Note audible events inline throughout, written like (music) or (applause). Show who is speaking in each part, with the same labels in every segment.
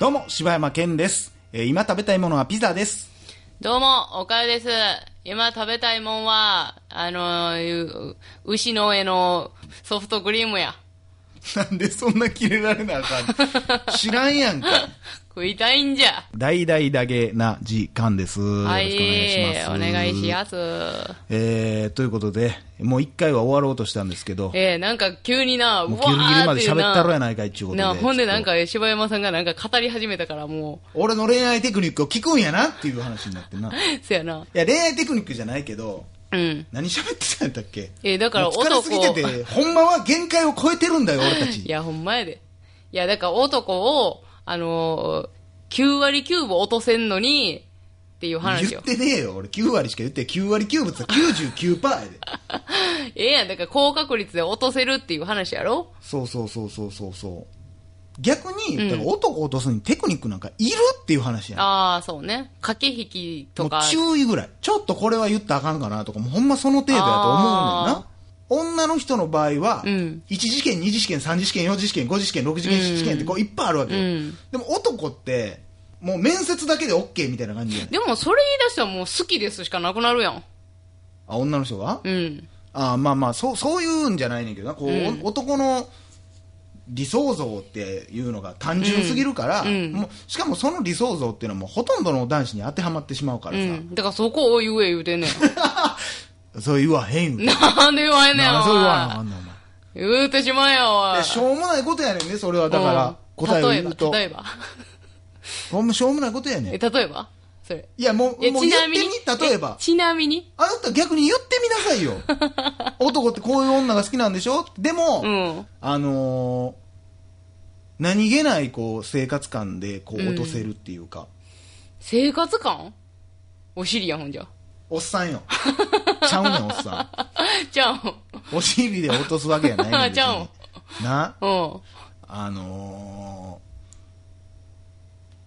Speaker 1: どうも、柴山健です。えー今食べたいものはピザです。 (laughs)
Speaker 2: どうも、おかゆです。今食べたいもんは、あのー、う牛の上のソフトクリームや。
Speaker 1: なんでそんなキレられなあかん知らんやんか。
Speaker 2: 食いたいんじゃ。
Speaker 1: 大々だけな時間です。
Speaker 2: はい、
Speaker 1: よろしく
Speaker 2: お
Speaker 1: お願
Speaker 2: 願
Speaker 1: い
Speaker 2: い
Speaker 1: し
Speaker 2: し
Speaker 1: ます。
Speaker 2: ます。
Speaker 1: えー、ということで、もう一回は終わろうとしたんですけど、
Speaker 2: えー、なんか急にな、
Speaker 1: もう
Speaker 2: わ
Speaker 1: ギリギリまで
Speaker 2: ー
Speaker 1: 喋ったろや
Speaker 2: な。
Speaker 1: ないかいっちゅうことで。
Speaker 2: な、ほんでなん
Speaker 1: ちょっ
Speaker 2: か柴山さんがなんか語り始めたからも、
Speaker 1: と。俺の恋愛テクニックを聞くんやなっていう話になってな。いう
Speaker 2: (laughs) そやな。
Speaker 1: や、恋愛テクニックじゃないけど、
Speaker 2: うん。
Speaker 1: 何喋ってたんだっけ
Speaker 2: えーだから
Speaker 1: もう疲れすぎて
Speaker 2: 男
Speaker 1: て、ほんまは限界を超えてるんだよ、俺た
Speaker 2: い
Speaker 1: ち。
Speaker 2: や、ほんまやで。いや、だから男を、あのー、9割9分落とせんのに、っていう話
Speaker 1: 言
Speaker 2: よ
Speaker 1: っ。てねえよ、俺9割しか言って、9割9分って言ったら99%やで。
Speaker 2: (laughs) ええやん、だから高確率で落とせるっていう話やろ
Speaker 1: そうそうそうそうそうそう。逆に、
Speaker 2: うん
Speaker 1: だから男を落とすにテクニックなんかいるっていう話やん。
Speaker 2: ああ、そうね。駆け引きとか。
Speaker 1: もう注意ぐらい。ちょっとこれは言ったらあかんかなとか、もうほんまその程度やと思うねんな。女の人の場合は、
Speaker 2: うん
Speaker 1: 1次試験、2次試験、3次試験、4次試験、5次試験、6次試験、7次試験ってこういっぱいあるわけよ。
Speaker 2: うん
Speaker 1: でも男って、もう面接だけで OK みたいな感じやねん。
Speaker 2: でもそれ言い出したらもう好きですしかなくなるやん。
Speaker 1: あ、女の人が、
Speaker 2: うん。
Speaker 1: あまあまあそうそういうんじゃないねんけどなこう、
Speaker 2: うん
Speaker 1: 男の理想像っていうのが単純すぎるから、
Speaker 2: うんうん
Speaker 1: もうしかもその理想像っていうのはもうほとんどの男子に当てはまってしまうか
Speaker 2: う
Speaker 1: らさ、
Speaker 2: ん。だからそこを言え言うてんねん。 (laughs)
Speaker 1: (laughs) そう言わへんよ
Speaker 2: なんで言わへんねん、
Speaker 1: な
Speaker 2: お
Speaker 1: そう言わなあか
Speaker 2: 前。
Speaker 1: んねんお前
Speaker 2: 言うてしまえよ、お
Speaker 1: い
Speaker 2: い
Speaker 1: やしょうもないことやねんねそれはだか
Speaker 2: うん
Speaker 1: ら答えを
Speaker 2: 例え
Speaker 1: 言うと
Speaker 2: ば、例えば。
Speaker 1: ほんましょうもないことやねん
Speaker 2: え、
Speaker 1: い
Speaker 2: 例えばそれ。
Speaker 1: やもうもう
Speaker 2: え
Speaker 1: 言ってみ例えば
Speaker 2: ちなみに
Speaker 1: あなた逆に言ってみなさ
Speaker 2: (laughs)
Speaker 1: いよ男ってこういう女が好きなんでしょでも、
Speaker 2: うん。
Speaker 1: あのー何気ないこう生活感でこう落とせるっていうか、
Speaker 2: 生活感お尻や、ほんじゃ。 (laughs)
Speaker 1: おっさんよ (laughs) ちゃうねんおっさ
Speaker 2: じゃあ、
Speaker 1: んお尻で落とすわけや
Speaker 2: (laughs)
Speaker 1: ないねん別に
Speaker 2: ちゃうん
Speaker 1: な
Speaker 2: うん。
Speaker 1: あのー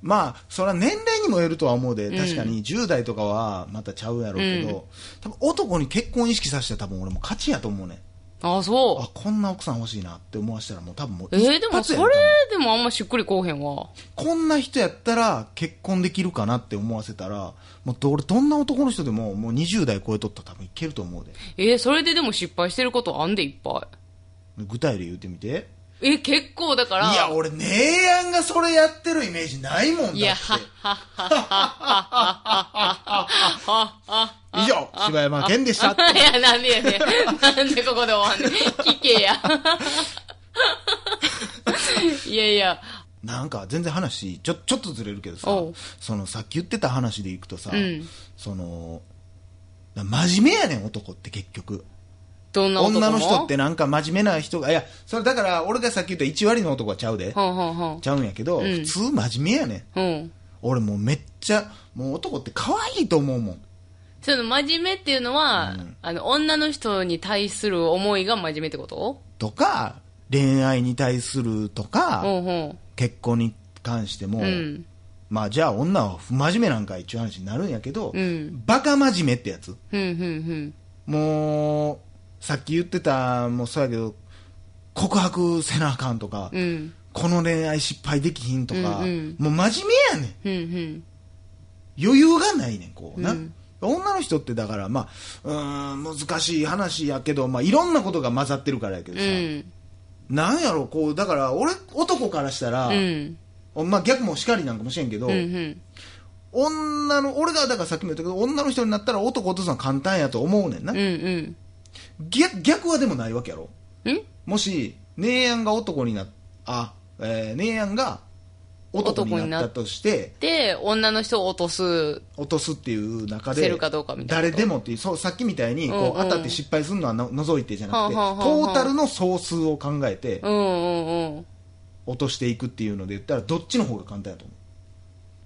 Speaker 1: まあそれは年齢にもよるとは思うで
Speaker 2: うん
Speaker 1: 確かに10代とかはまたちゃうやろうけど、多分男に結婚意識させて多分俺も勝ちやと思うねん
Speaker 2: ああ、そ
Speaker 1: あこんな奥さん欲しいなって思わせたらもう多分もう
Speaker 2: う。えー、で
Speaker 1: 一
Speaker 2: も
Speaker 1: 発や
Speaker 2: そ
Speaker 1: ねん
Speaker 2: れでもあんましっくりこうへんわ。
Speaker 1: こんな人やったら結婚できるかなって思わせたら、もうど俺どんな男の人でももう20代超えとったら多分いけると思うで。
Speaker 2: えー、それででも失敗してることあんでいっぱ
Speaker 1: 具体例言ってみて。
Speaker 2: い。えー、結構だから。
Speaker 1: いや、俺、姉やんがそれやってるイメージないもんだって。
Speaker 2: い
Speaker 1: 以
Speaker 2: や、はっはっはっはっはっはっはっはっはっは。
Speaker 1: 上、柴山健でした。
Speaker 2: (laughs) いや、なんでやねん。なんでここで終わんねん。聞け
Speaker 1: (laughs)
Speaker 2: や。いやいや。
Speaker 1: なんか全然話、ちょ、ちょっとずれるけどさ
Speaker 2: おう、
Speaker 1: そのさっき言ってた話でいくとさ、
Speaker 2: うん
Speaker 1: その、真面目やねん、男って結局。
Speaker 2: どんな男も
Speaker 1: 女の人って。なんか真面目な人が、いや、それだから俺がさっき言った1割の男はちゃうで。
Speaker 2: ほんほんほん
Speaker 1: ち。ゃうんやけど、
Speaker 2: うん
Speaker 1: 普通真面目やねん。
Speaker 2: うん。
Speaker 1: 俺もうめっちゃ、もう男って可愛いと思うもん。
Speaker 2: その真面目っていうのは、
Speaker 1: うん
Speaker 2: あの、女の人に対する思いが真面目ってこと
Speaker 1: とか、恋愛に対するとか、
Speaker 2: ほんほん。
Speaker 1: 結婚に関しても、
Speaker 2: うん。
Speaker 1: まあじゃあ女は不真面目なんか一応話になるんやけど、
Speaker 2: うん
Speaker 1: バカ真面目ってやつ。
Speaker 2: ふんふんふん。
Speaker 1: もう、さっき言ってた、もうそうやけど、告白せなあかんとか、
Speaker 2: うん。
Speaker 1: この恋愛失敗できひんとか、
Speaker 2: うんうん
Speaker 1: もう真面目やねん。
Speaker 2: ふんふん。
Speaker 1: 余裕がないねんこうな、
Speaker 2: うん
Speaker 1: 女の人ってだからまあうーん難しい話やけど、まあ、いろんなことが混ざってるからやけど
Speaker 2: う
Speaker 1: さ、
Speaker 2: ん。
Speaker 1: なんやろこうだから俺男からしたら、
Speaker 2: うん。
Speaker 1: まあ、逆もしかりなんかもしれんけど、
Speaker 2: うんうん。
Speaker 1: 女の俺がだからさっきも言ったけど女の人になったら男落とすのは簡単やと思うねんな、
Speaker 2: うん
Speaker 1: 逆逆はでもないわけやろ
Speaker 2: うん。ん
Speaker 1: もし姉やんが男になっあ、えー、姉やんが男になったとして
Speaker 2: で、女の人を落とす。
Speaker 1: 落とすっていう中
Speaker 2: せ
Speaker 1: で
Speaker 2: るかどうかみたいな
Speaker 1: 誰でもっていうそうさっきみたいにこう
Speaker 2: うんうん
Speaker 1: 当たって失敗するのはの除いてじゃなくてト
Speaker 2: はあはあはあはあ
Speaker 1: ータルの総数を考えて
Speaker 2: うんうんうん。
Speaker 1: 落としていくっていうので言ったらどっちの方が簡単やと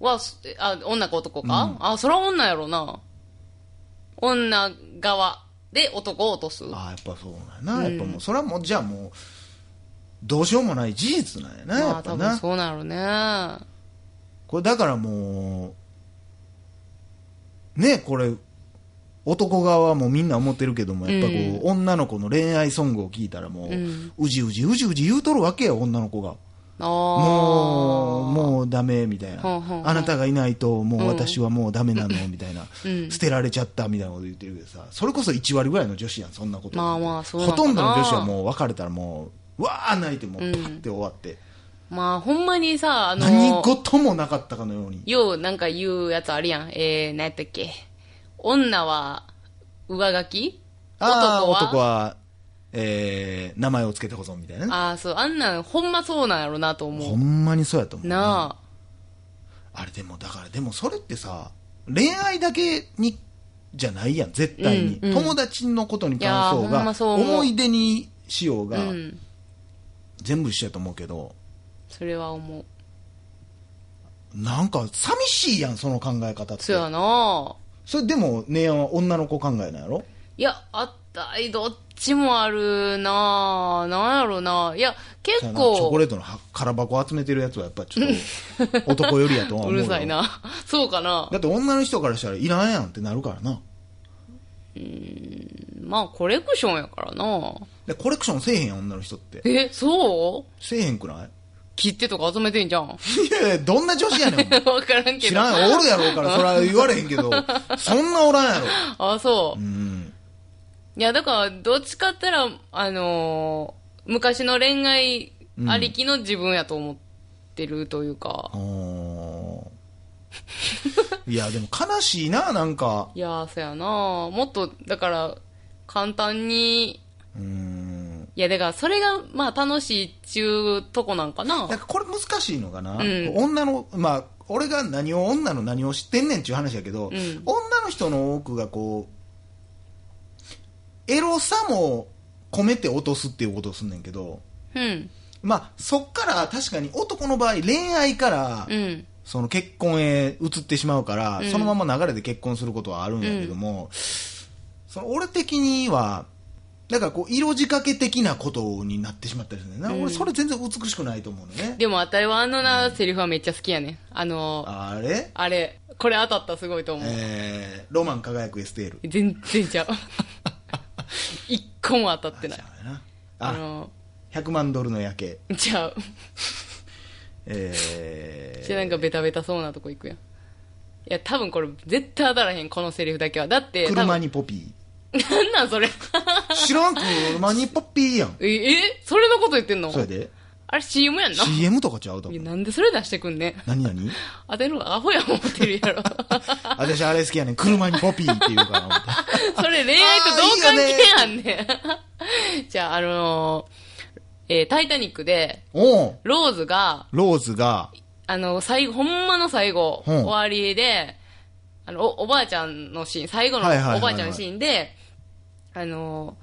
Speaker 1: 思
Speaker 2: は、すあ、女か男か、
Speaker 1: うん
Speaker 2: あ、そら女やろな。女側で男を落とす。
Speaker 1: うああやっぱそうなんやなやっぱもうそれはもうじゃあもうどうしようもない事実なんやなや
Speaker 2: まあ
Speaker 1: っぱ
Speaker 2: 多分
Speaker 1: な
Speaker 2: そうなるね。
Speaker 1: これだからもうねこれ男側はもうみんな思ってるけども、やっぱこう、女の子の恋愛ソングを聞いたらもう、うじうじうじうじ言うとるわけよ、女の子が。もう、
Speaker 2: あ
Speaker 1: もうダメ、みたいな
Speaker 2: ほうほうほう。
Speaker 1: あなたがいないと、もう私はもうダメなの、みたいな
Speaker 2: うん。
Speaker 1: 捨てられちゃった、みたいなこと言ってるけどさ、それこそ1割ぐらいの女子やん、そんなこと。
Speaker 2: まあまあそうな
Speaker 1: ほ
Speaker 2: のかな
Speaker 1: とんどの女子はもう別れたらもう、わー泣いてもう、パって終わって。
Speaker 2: あ。まあ、ほんまにさ、あの、
Speaker 1: 何事もなかったかのように。
Speaker 2: ようなんか言うやつあるやん。えー、何やったっけ。女は上書き
Speaker 1: ああ
Speaker 2: 男は
Speaker 1: 男は、えー、名前をつけて保存みたいなね。
Speaker 2: ああ、そう、あんなん、ほんまそうなんやろなと
Speaker 1: ほ
Speaker 2: 思
Speaker 1: んまにそうやと思
Speaker 2: う。
Speaker 1: う。
Speaker 2: な
Speaker 1: あれでも、だから、でもそれってさ、恋愛だけに、じゃないやん、絶対に。
Speaker 2: うんうん
Speaker 1: 友達のことに関
Speaker 2: いや
Speaker 1: そう
Speaker 2: ーほん
Speaker 1: が、
Speaker 2: まそう思う
Speaker 1: 思い出にしよう
Speaker 2: あ。
Speaker 1: が、
Speaker 2: うん。
Speaker 1: 全部一緒やと思うけど、
Speaker 2: それは思う。
Speaker 1: なんか、寂しいやん、その考え方って。
Speaker 2: そうやな
Speaker 1: それでも、姉やんは女の子考えなんやろ
Speaker 2: いや、あったい、どっちもあるなぁ。なんやろなぁ。いや、
Speaker 1: そ
Speaker 2: 結
Speaker 1: うやなチョコレ
Speaker 2: 構、
Speaker 1: ートのは空箱集めてるやつは、やっぱちょっ
Speaker 2: (laughs)
Speaker 1: と、男よりやとは
Speaker 2: う
Speaker 1: 思うよ。
Speaker 2: るさいな。 (laughs) そうかな
Speaker 1: だって女の人からしたらいらんやんってなるからな。
Speaker 2: まあ、コレクションやからなぁ。
Speaker 1: でコレクションせえへんやん、女の人って。
Speaker 2: え、そう
Speaker 1: せえへんくない
Speaker 2: 切手とか集めてんじゃん。 (laughs) わ
Speaker 1: いやいや、どんな女子やねん。
Speaker 2: からんけど。
Speaker 1: 知らんよ、おるやろう (laughs) から、それは言われへんけど、そんなおらんやろ。
Speaker 2: あ、そう
Speaker 1: う。ん。
Speaker 2: いや、だから、どっちかって言ったら、あのー昔の恋愛ありきの自分やと思ってるというか。
Speaker 1: おーいや、でも悲しいな、なんか。
Speaker 2: いやー、そやなぁ。もっと、だから、簡単に、
Speaker 1: うーん。
Speaker 2: いや、だから、それが、まあ、楽しいっちゅうとこなんかな
Speaker 1: なん。かこれ難しいのかな、
Speaker 2: ん
Speaker 1: 女の、まあ、俺が何を、女の何を知ってんねんっていう話やけど、
Speaker 2: ん
Speaker 1: 女の人の多くがこう、エロさも込めて落とすっていうことをすんねんけど、
Speaker 2: うん。
Speaker 1: まあ、そっから確かに男の場合恋愛から、
Speaker 2: うん。
Speaker 1: その結婚へ移ってしまうから、
Speaker 2: うん
Speaker 1: そのまま流れで結婚することはあるんやけども、その俺的にはだからこう色仕掛け的なことになってしまったりするんだよな、
Speaker 2: うん
Speaker 1: 俺それ全然美しくないと思うのね
Speaker 2: でも、あたりはあのな、セリフはめっちゃ好きやね。あのー
Speaker 1: あれ、
Speaker 2: あれ、これ当たったらすごいと思う。
Speaker 1: えー、ロマン輝くエステール
Speaker 2: 全
Speaker 1: (laughs)
Speaker 2: 然ちゃう。一個も当たってない。
Speaker 1: あれな
Speaker 2: あ
Speaker 1: あ
Speaker 2: の
Speaker 1: 100万ドルの夜景
Speaker 2: ーちゃう。
Speaker 1: え
Speaker 2: して
Speaker 1: ー、
Speaker 2: なんかベタベタそうなとこ行くやん。いや、多分これ絶対当たらへん、このセリフだけは。だって、多
Speaker 1: 車
Speaker 2: 分 (laughs)
Speaker 1: にポピ
Speaker 2: なんなんそれ。
Speaker 1: ー知らん車にポピーやん
Speaker 2: え、えそれのこと言ってんの
Speaker 1: それで
Speaker 2: あれ CM やんな。
Speaker 1: CM とかちゃうと
Speaker 2: い
Speaker 1: 思
Speaker 2: や
Speaker 1: う
Speaker 2: なんでそれ出してくんねん。
Speaker 1: 何何
Speaker 2: 当てるのアホや思ってるやろ。
Speaker 1: 私あれ好きやねん車にポピーって言うから思って
Speaker 2: (laughs) それ恋愛とどう関係あんねん。 (laughs) じゃあ、あのーえータイタニックで、 (laughs)
Speaker 1: おう
Speaker 2: ローズが、
Speaker 1: ローズが、
Speaker 2: あの、最後、ほんまの最後、
Speaker 1: うん
Speaker 2: 終わりで、あの、お、おばあちゃんのシーン、最後の
Speaker 1: はいはいはいはい
Speaker 2: おばあちゃんのシーンで、あの、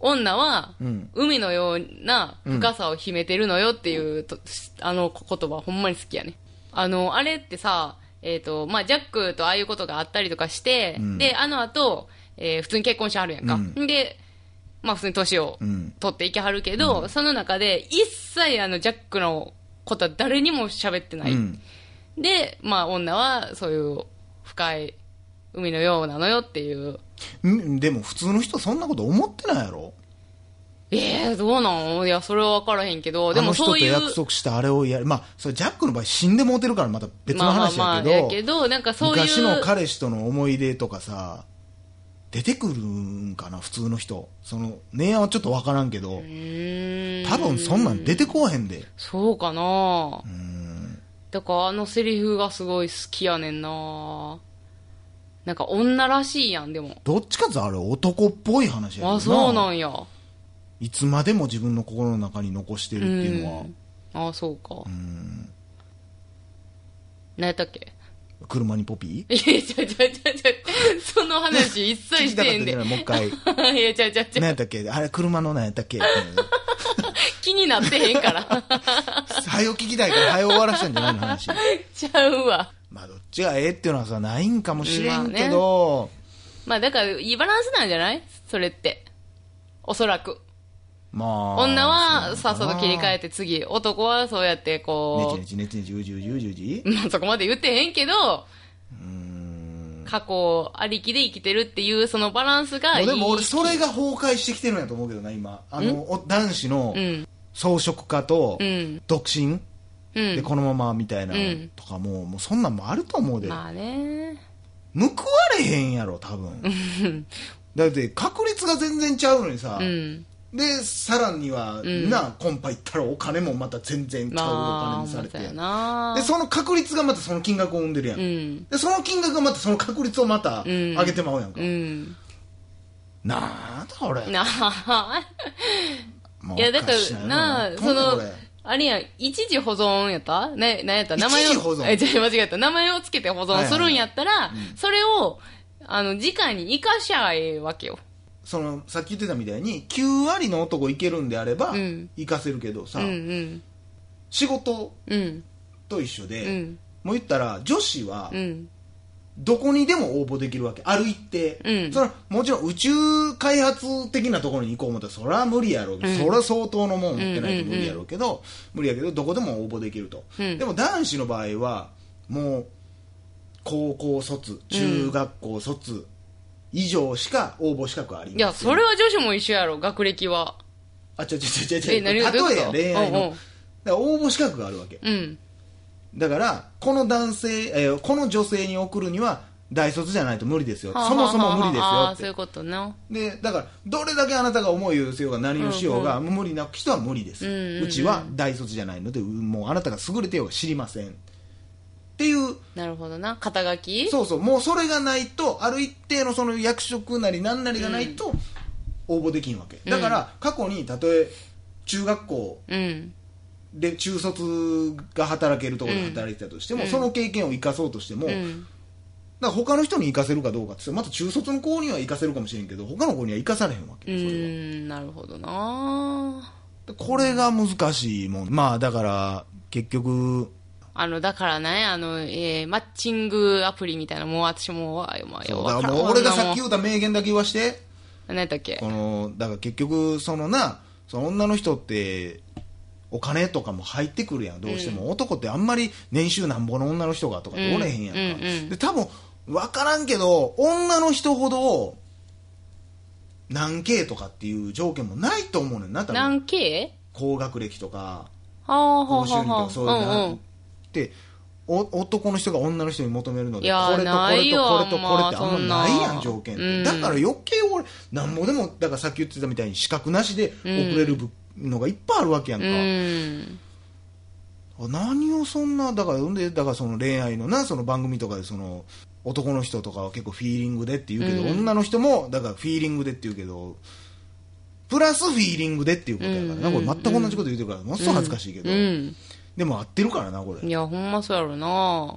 Speaker 2: 女は、
Speaker 1: うん
Speaker 2: 海のような深さを秘めてるのよっていうと、あの言葉、ほんまに好きやね。あの、あれってさ、えっ、と、まあ、ジャックとああいうことがあったりとかして、
Speaker 1: うん
Speaker 2: で、あの後、えー普通に結婚しはるやんか。、
Speaker 1: うん
Speaker 2: で、まあ、普通に年を
Speaker 1: うん、
Speaker 2: 取っていきはるけど、その中で一切あのジャックのことは誰にも喋ってない、
Speaker 1: うん、
Speaker 2: で、まあ、女はそういう深い海のようなのよっていう
Speaker 1: うんでも普通の人そんなこと思ってないやろ
Speaker 2: えー、どうなんいやそれは分からへんけどで
Speaker 1: あの
Speaker 2: も
Speaker 1: 人
Speaker 2: そ
Speaker 1: と
Speaker 2: ういう
Speaker 1: 約束したあれをやるまあそれジャックの場合死んでもうてるからまた別の話
Speaker 2: ま
Speaker 1: や
Speaker 2: あまあ
Speaker 1: け
Speaker 2: まあ
Speaker 1: ど,、
Speaker 2: やけどなんかそういう
Speaker 1: 昔の彼氏との思い出とかさ出てくるんかな普通の人その恋愛はちょっと分からんけど
Speaker 2: うーん
Speaker 1: 多分そんなん出てこうへんで
Speaker 2: そうかな
Speaker 1: うん
Speaker 2: だからあのセリフがすごい好きやねんななんか女らしいやんでも
Speaker 1: どっちかっていうとあれ男っぽい話やけどな
Speaker 2: あそうなんや
Speaker 1: いつまでも自分の心の中に残してるっていうのは
Speaker 2: うんあそうか
Speaker 1: うん
Speaker 2: 何やったっけ (laughs)
Speaker 1: 車にポピ
Speaker 2: いや、ちゃうちゃうちゃうちゃうそ
Speaker 1: (laughs)
Speaker 2: の話一
Speaker 1: ー
Speaker 2: 切してへん
Speaker 1: 聞き
Speaker 2: で。い
Speaker 1: たか
Speaker 2: や
Speaker 1: ったじゃないもう一回、
Speaker 2: (laughs) ちゃうちゃうちゃ
Speaker 1: 何
Speaker 2: う。
Speaker 1: やったっけあれ車の何やったっけ
Speaker 2: 気になってへんから。 (laughs)
Speaker 1: はよ聞きたいからはよ終わらしたんじゃないの話
Speaker 2: ちゃうわ。
Speaker 1: まあどっちがええっていうのはさないんかもしれんけど、
Speaker 2: まあだから、いいバランスなんじゃないそれって。おそらく。
Speaker 1: まあ
Speaker 2: 女はさっさと切り替
Speaker 1: え
Speaker 2: えて次、男はそうやって
Speaker 1: ね
Speaker 2: こ
Speaker 1: ちねちねちねちうじうじうじうじ
Speaker 2: う、まあそこまで言ってへんけど、考過去ありきで生きてるっていうそのバランスがいい
Speaker 1: でも俺それが崩壊してきてるんやと思うけどな今あのお男子の
Speaker 2: うん
Speaker 1: 装飾家と
Speaker 2: うん
Speaker 1: 独身
Speaker 2: う
Speaker 1: で
Speaker 2: ん
Speaker 1: このままみたいな
Speaker 2: うん
Speaker 1: とかもうもうそんなんもあると思うで報わ
Speaker 2: まあね
Speaker 1: れへんやろ多分だって確率が全然ちゃうのにさ
Speaker 2: うん
Speaker 1: でさらには
Speaker 2: ん
Speaker 1: なコンパ行ったらお金もまた全然ちゃうお
Speaker 2: ま
Speaker 1: 金
Speaker 2: あ
Speaker 1: にされて
Speaker 2: そうやな
Speaker 1: でその確率がまたその金額を生んでるやん
Speaker 2: うん
Speaker 1: でその金額がまたその確率をまた
Speaker 2: うん
Speaker 1: 上げてまうやんか
Speaker 2: うん
Speaker 1: なんだ俺
Speaker 2: なあ
Speaker 1: もう
Speaker 2: いやだ
Speaker 1: お
Speaker 2: か
Speaker 1: し
Speaker 2: らなあ
Speaker 1: うん
Speaker 2: そ
Speaker 1: なんだ
Speaker 2: の
Speaker 1: これ
Speaker 2: あれやん一時保存やったななんやった名前を
Speaker 1: 一時保存
Speaker 2: えじゃあ間違えた名前をつけて保存するんやったら、それをあの次回に生かしゃええわけよ
Speaker 1: そのさっき言ってたみたいに9割の男いけるんであれば
Speaker 2: うん
Speaker 1: 行かせるけど
Speaker 2: う
Speaker 1: さ、
Speaker 2: んうん
Speaker 1: 仕事
Speaker 2: うん
Speaker 1: と一緒
Speaker 2: う
Speaker 1: で、
Speaker 2: ん
Speaker 1: もう言ったら女子は
Speaker 2: うん
Speaker 1: どこにでも応募できるわけ歩いて、
Speaker 2: うん
Speaker 1: それはもちろん宇宙開発的なところに行こう思ったらそれは無理やろう、それは相当のもん持ってないと無理やろうけど、無理やけどどこでも応募できると、
Speaker 2: うん
Speaker 1: でも男子の場合はもう高校卒中学校卒以上しか応募資格ありません
Speaker 2: いやそれは女子も一緒やろ学歴は
Speaker 1: あ、ちょちょちょちょ、
Speaker 2: え何がどう
Speaker 1: 例え
Speaker 2: いう
Speaker 1: や
Speaker 2: こと
Speaker 1: 恋愛
Speaker 2: うんう
Speaker 1: の。
Speaker 2: ん
Speaker 1: だから応募資格があるわけ。
Speaker 2: うん
Speaker 1: だから、この男性、えーこの女性に送るには、大卒じゃないと無理ですよ。そもそも無理です
Speaker 2: はあはあはああ
Speaker 1: よ
Speaker 2: あそういう
Speaker 1: っ
Speaker 2: ことな
Speaker 1: て。で、だから、どれだけあなたが思いを寄せようが何をしようが、無理な人は無理です。
Speaker 2: うんうんうん
Speaker 1: うちは大卒じゃないので、うもうあなたが優れてようが知りません。っていう、
Speaker 2: なるほどな肩書き
Speaker 1: そうそう、もうそれがないと、ある一定のその役職なり何なりがないと、応募できんわけ。だから、過去に、たとえ、中学校、
Speaker 2: うん
Speaker 1: で中卒が働けるところで働いてたとしても、その経験を生かそうとしても、
Speaker 2: う
Speaker 1: だか
Speaker 2: ん
Speaker 1: ら他の人に生かせるかどうかって言ったらまた中卒の子には生かせるかもしれんけど他の子には生かされへんわ
Speaker 2: う
Speaker 1: け、それは
Speaker 2: んなるほどな
Speaker 1: でこれが難しいもんまあだから結局
Speaker 2: あの、だからね、あの、えーマッチングアプリみたいな、もう私もう、あまあ、
Speaker 1: そう
Speaker 2: よ
Speaker 1: だ
Speaker 2: わ
Speaker 1: から
Speaker 2: ん
Speaker 1: もう俺がさっき言
Speaker 2: も
Speaker 1: った名言だけ言わして
Speaker 2: う何やったっけ
Speaker 1: このだから結局そのなその女の人ってお金とかも入ってくるやんどうしても、男ってあんまり年収なんぼの女の人がとかっておれへんやんか、
Speaker 2: うんうんうん
Speaker 1: で多分分からんけど女の人ほど何 K とかっていう条件もないと思うねんな多分
Speaker 2: 何系
Speaker 1: 高学歴とか
Speaker 2: はあ、はあ、
Speaker 1: 高収入と
Speaker 2: はあ
Speaker 1: かそういう
Speaker 2: はあ。
Speaker 1: のってお男の人が女の人に求めるの
Speaker 2: い
Speaker 1: で
Speaker 2: や
Speaker 1: これとこ
Speaker 2: ない
Speaker 1: れ
Speaker 2: よ
Speaker 1: とこれとこれって
Speaker 2: あ
Speaker 1: あ
Speaker 2: んま
Speaker 1: んまないや
Speaker 2: そんなん
Speaker 1: 条件って、
Speaker 2: うん
Speaker 1: だから余計俺なんもでもだからさっき言ってたみたいに資格なしで送れるぶのがいっぱいあるわけやんか、
Speaker 2: うんうん。
Speaker 1: 何をそんなだからほんでだからその恋愛のなその番組とかでその男の人とかは結構フィーリングでって言うけど、
Speaker 2: うん
Speaker 1: 女の人もだからフィーリングでって言うけどプラスフィーリングでっていうことやからな、
Speaker 2: うん
Speaker 1: これ全く同じこと言うてるからものすごい恥ずかしいけど、
Speaker 2: うん。
Speaker 1: でも合ってるからなこれ
Speaker 2: いや、ほんまそうやろな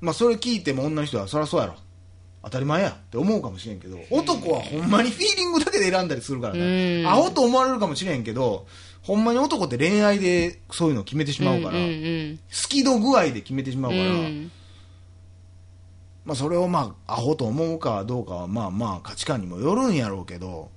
Speaker 1: まあそれ聞いても女の人はそりゃそうやろ当たり前やって思うかもしれんけど男はほんまにフィーリングだけで選んだりするから
Speaker 2: う
Speaker 1: ね
Speaker 2: ん
Speaker 1: 青と思われるかもしれんけどほんまに男って恋愛でそういうのを決めてしまうから、
Speaker 2: うんうん
Speaker 1: 好き度具合で決めてしまう
Speaker 2: うん。
Speaker 1: から、
Speaker 2: うん。
Speaker 1: まあそれをまあアホと思うかどうかはまあまあ価値観にもよるんやろうけど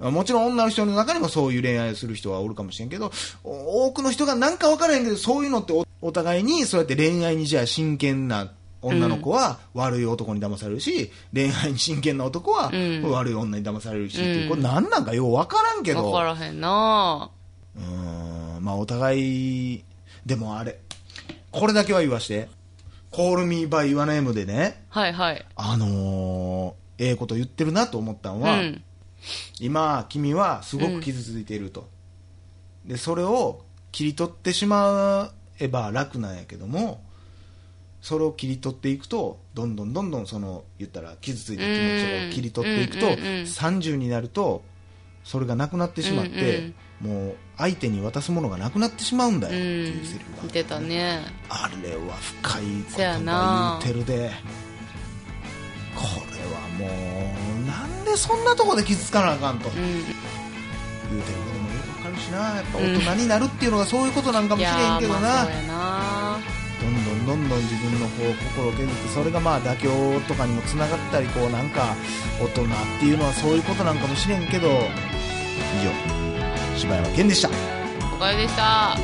Speaker 1: もちろん女の人の中にもそういう恋愛をする人はおるかもしれんけどお多くの人がなんか分からへんけどそういうのっておお互いにそうやって恋愛にじゃあ真剣な女の子は悪い男に騙されるし、恋愛に真剣な男は
Speaker 2: うん
Speaker 1: 悪い女に騙されるし、
Speaker 2: う
Speaker 1: っ
Speaker 2: ん
Speaker 1: ていうこれ何なんかよう分からんけど
Speaker 2: わからへんな
Speaker 1: うーんまあお互いでもあれこれだけは言わして「Call me by your name」でね
Speaker 2: はいはい。
Speaker 1: あのーええこと言ってるなと思ったん
Speaker 2: う
Speaker 1: は、
Speaker 2: ん。
Speaker 1: 今君はすごく傷ついていると、でそれを切り取ってしまえば楽なんやけどもそれを切り取っていくとどんどんどんどんその言ったら傷ついた気持ちを切り取っていくと、
Speaker 2: うんうんうんうん
Speaker 1: 30になるとそれがなくなってしまって、もう相手に渡すものがなくなってしまうんだよ
Speaker 2: う
Speaker 1: って
Speaker 2: ん
Speaker 1: いうセリフが。あ
Speaker 2: 見てたね。
Speaker 1: あれは深い
Speaker 2: そ
Speaker 1: 言
Speaker 2: やな
Speaker 1: 葉言うてるでこれはもうなんでそんなとこで傷つかなあかんと
Speaker 2: う。
Speaker 1: 言うんてることもよくわかるしなやっぱ大人になるっていうのがそういうことなんかも
Speaker 2: い
Speaker 1: しれ
Speaker 2: や
Speaker 1: んけど
Speaker 2: まあ
Speaker 1: な
Speaker 2: そうやな
Speaker 1: どんどんどんどん自分のこう心を削ってそれがまあ妥協とかにもつながったりこうなんか大人っていうのはそういうことなんかもしれんけど以上柴山健でした
Speaker 2: おかえりでした。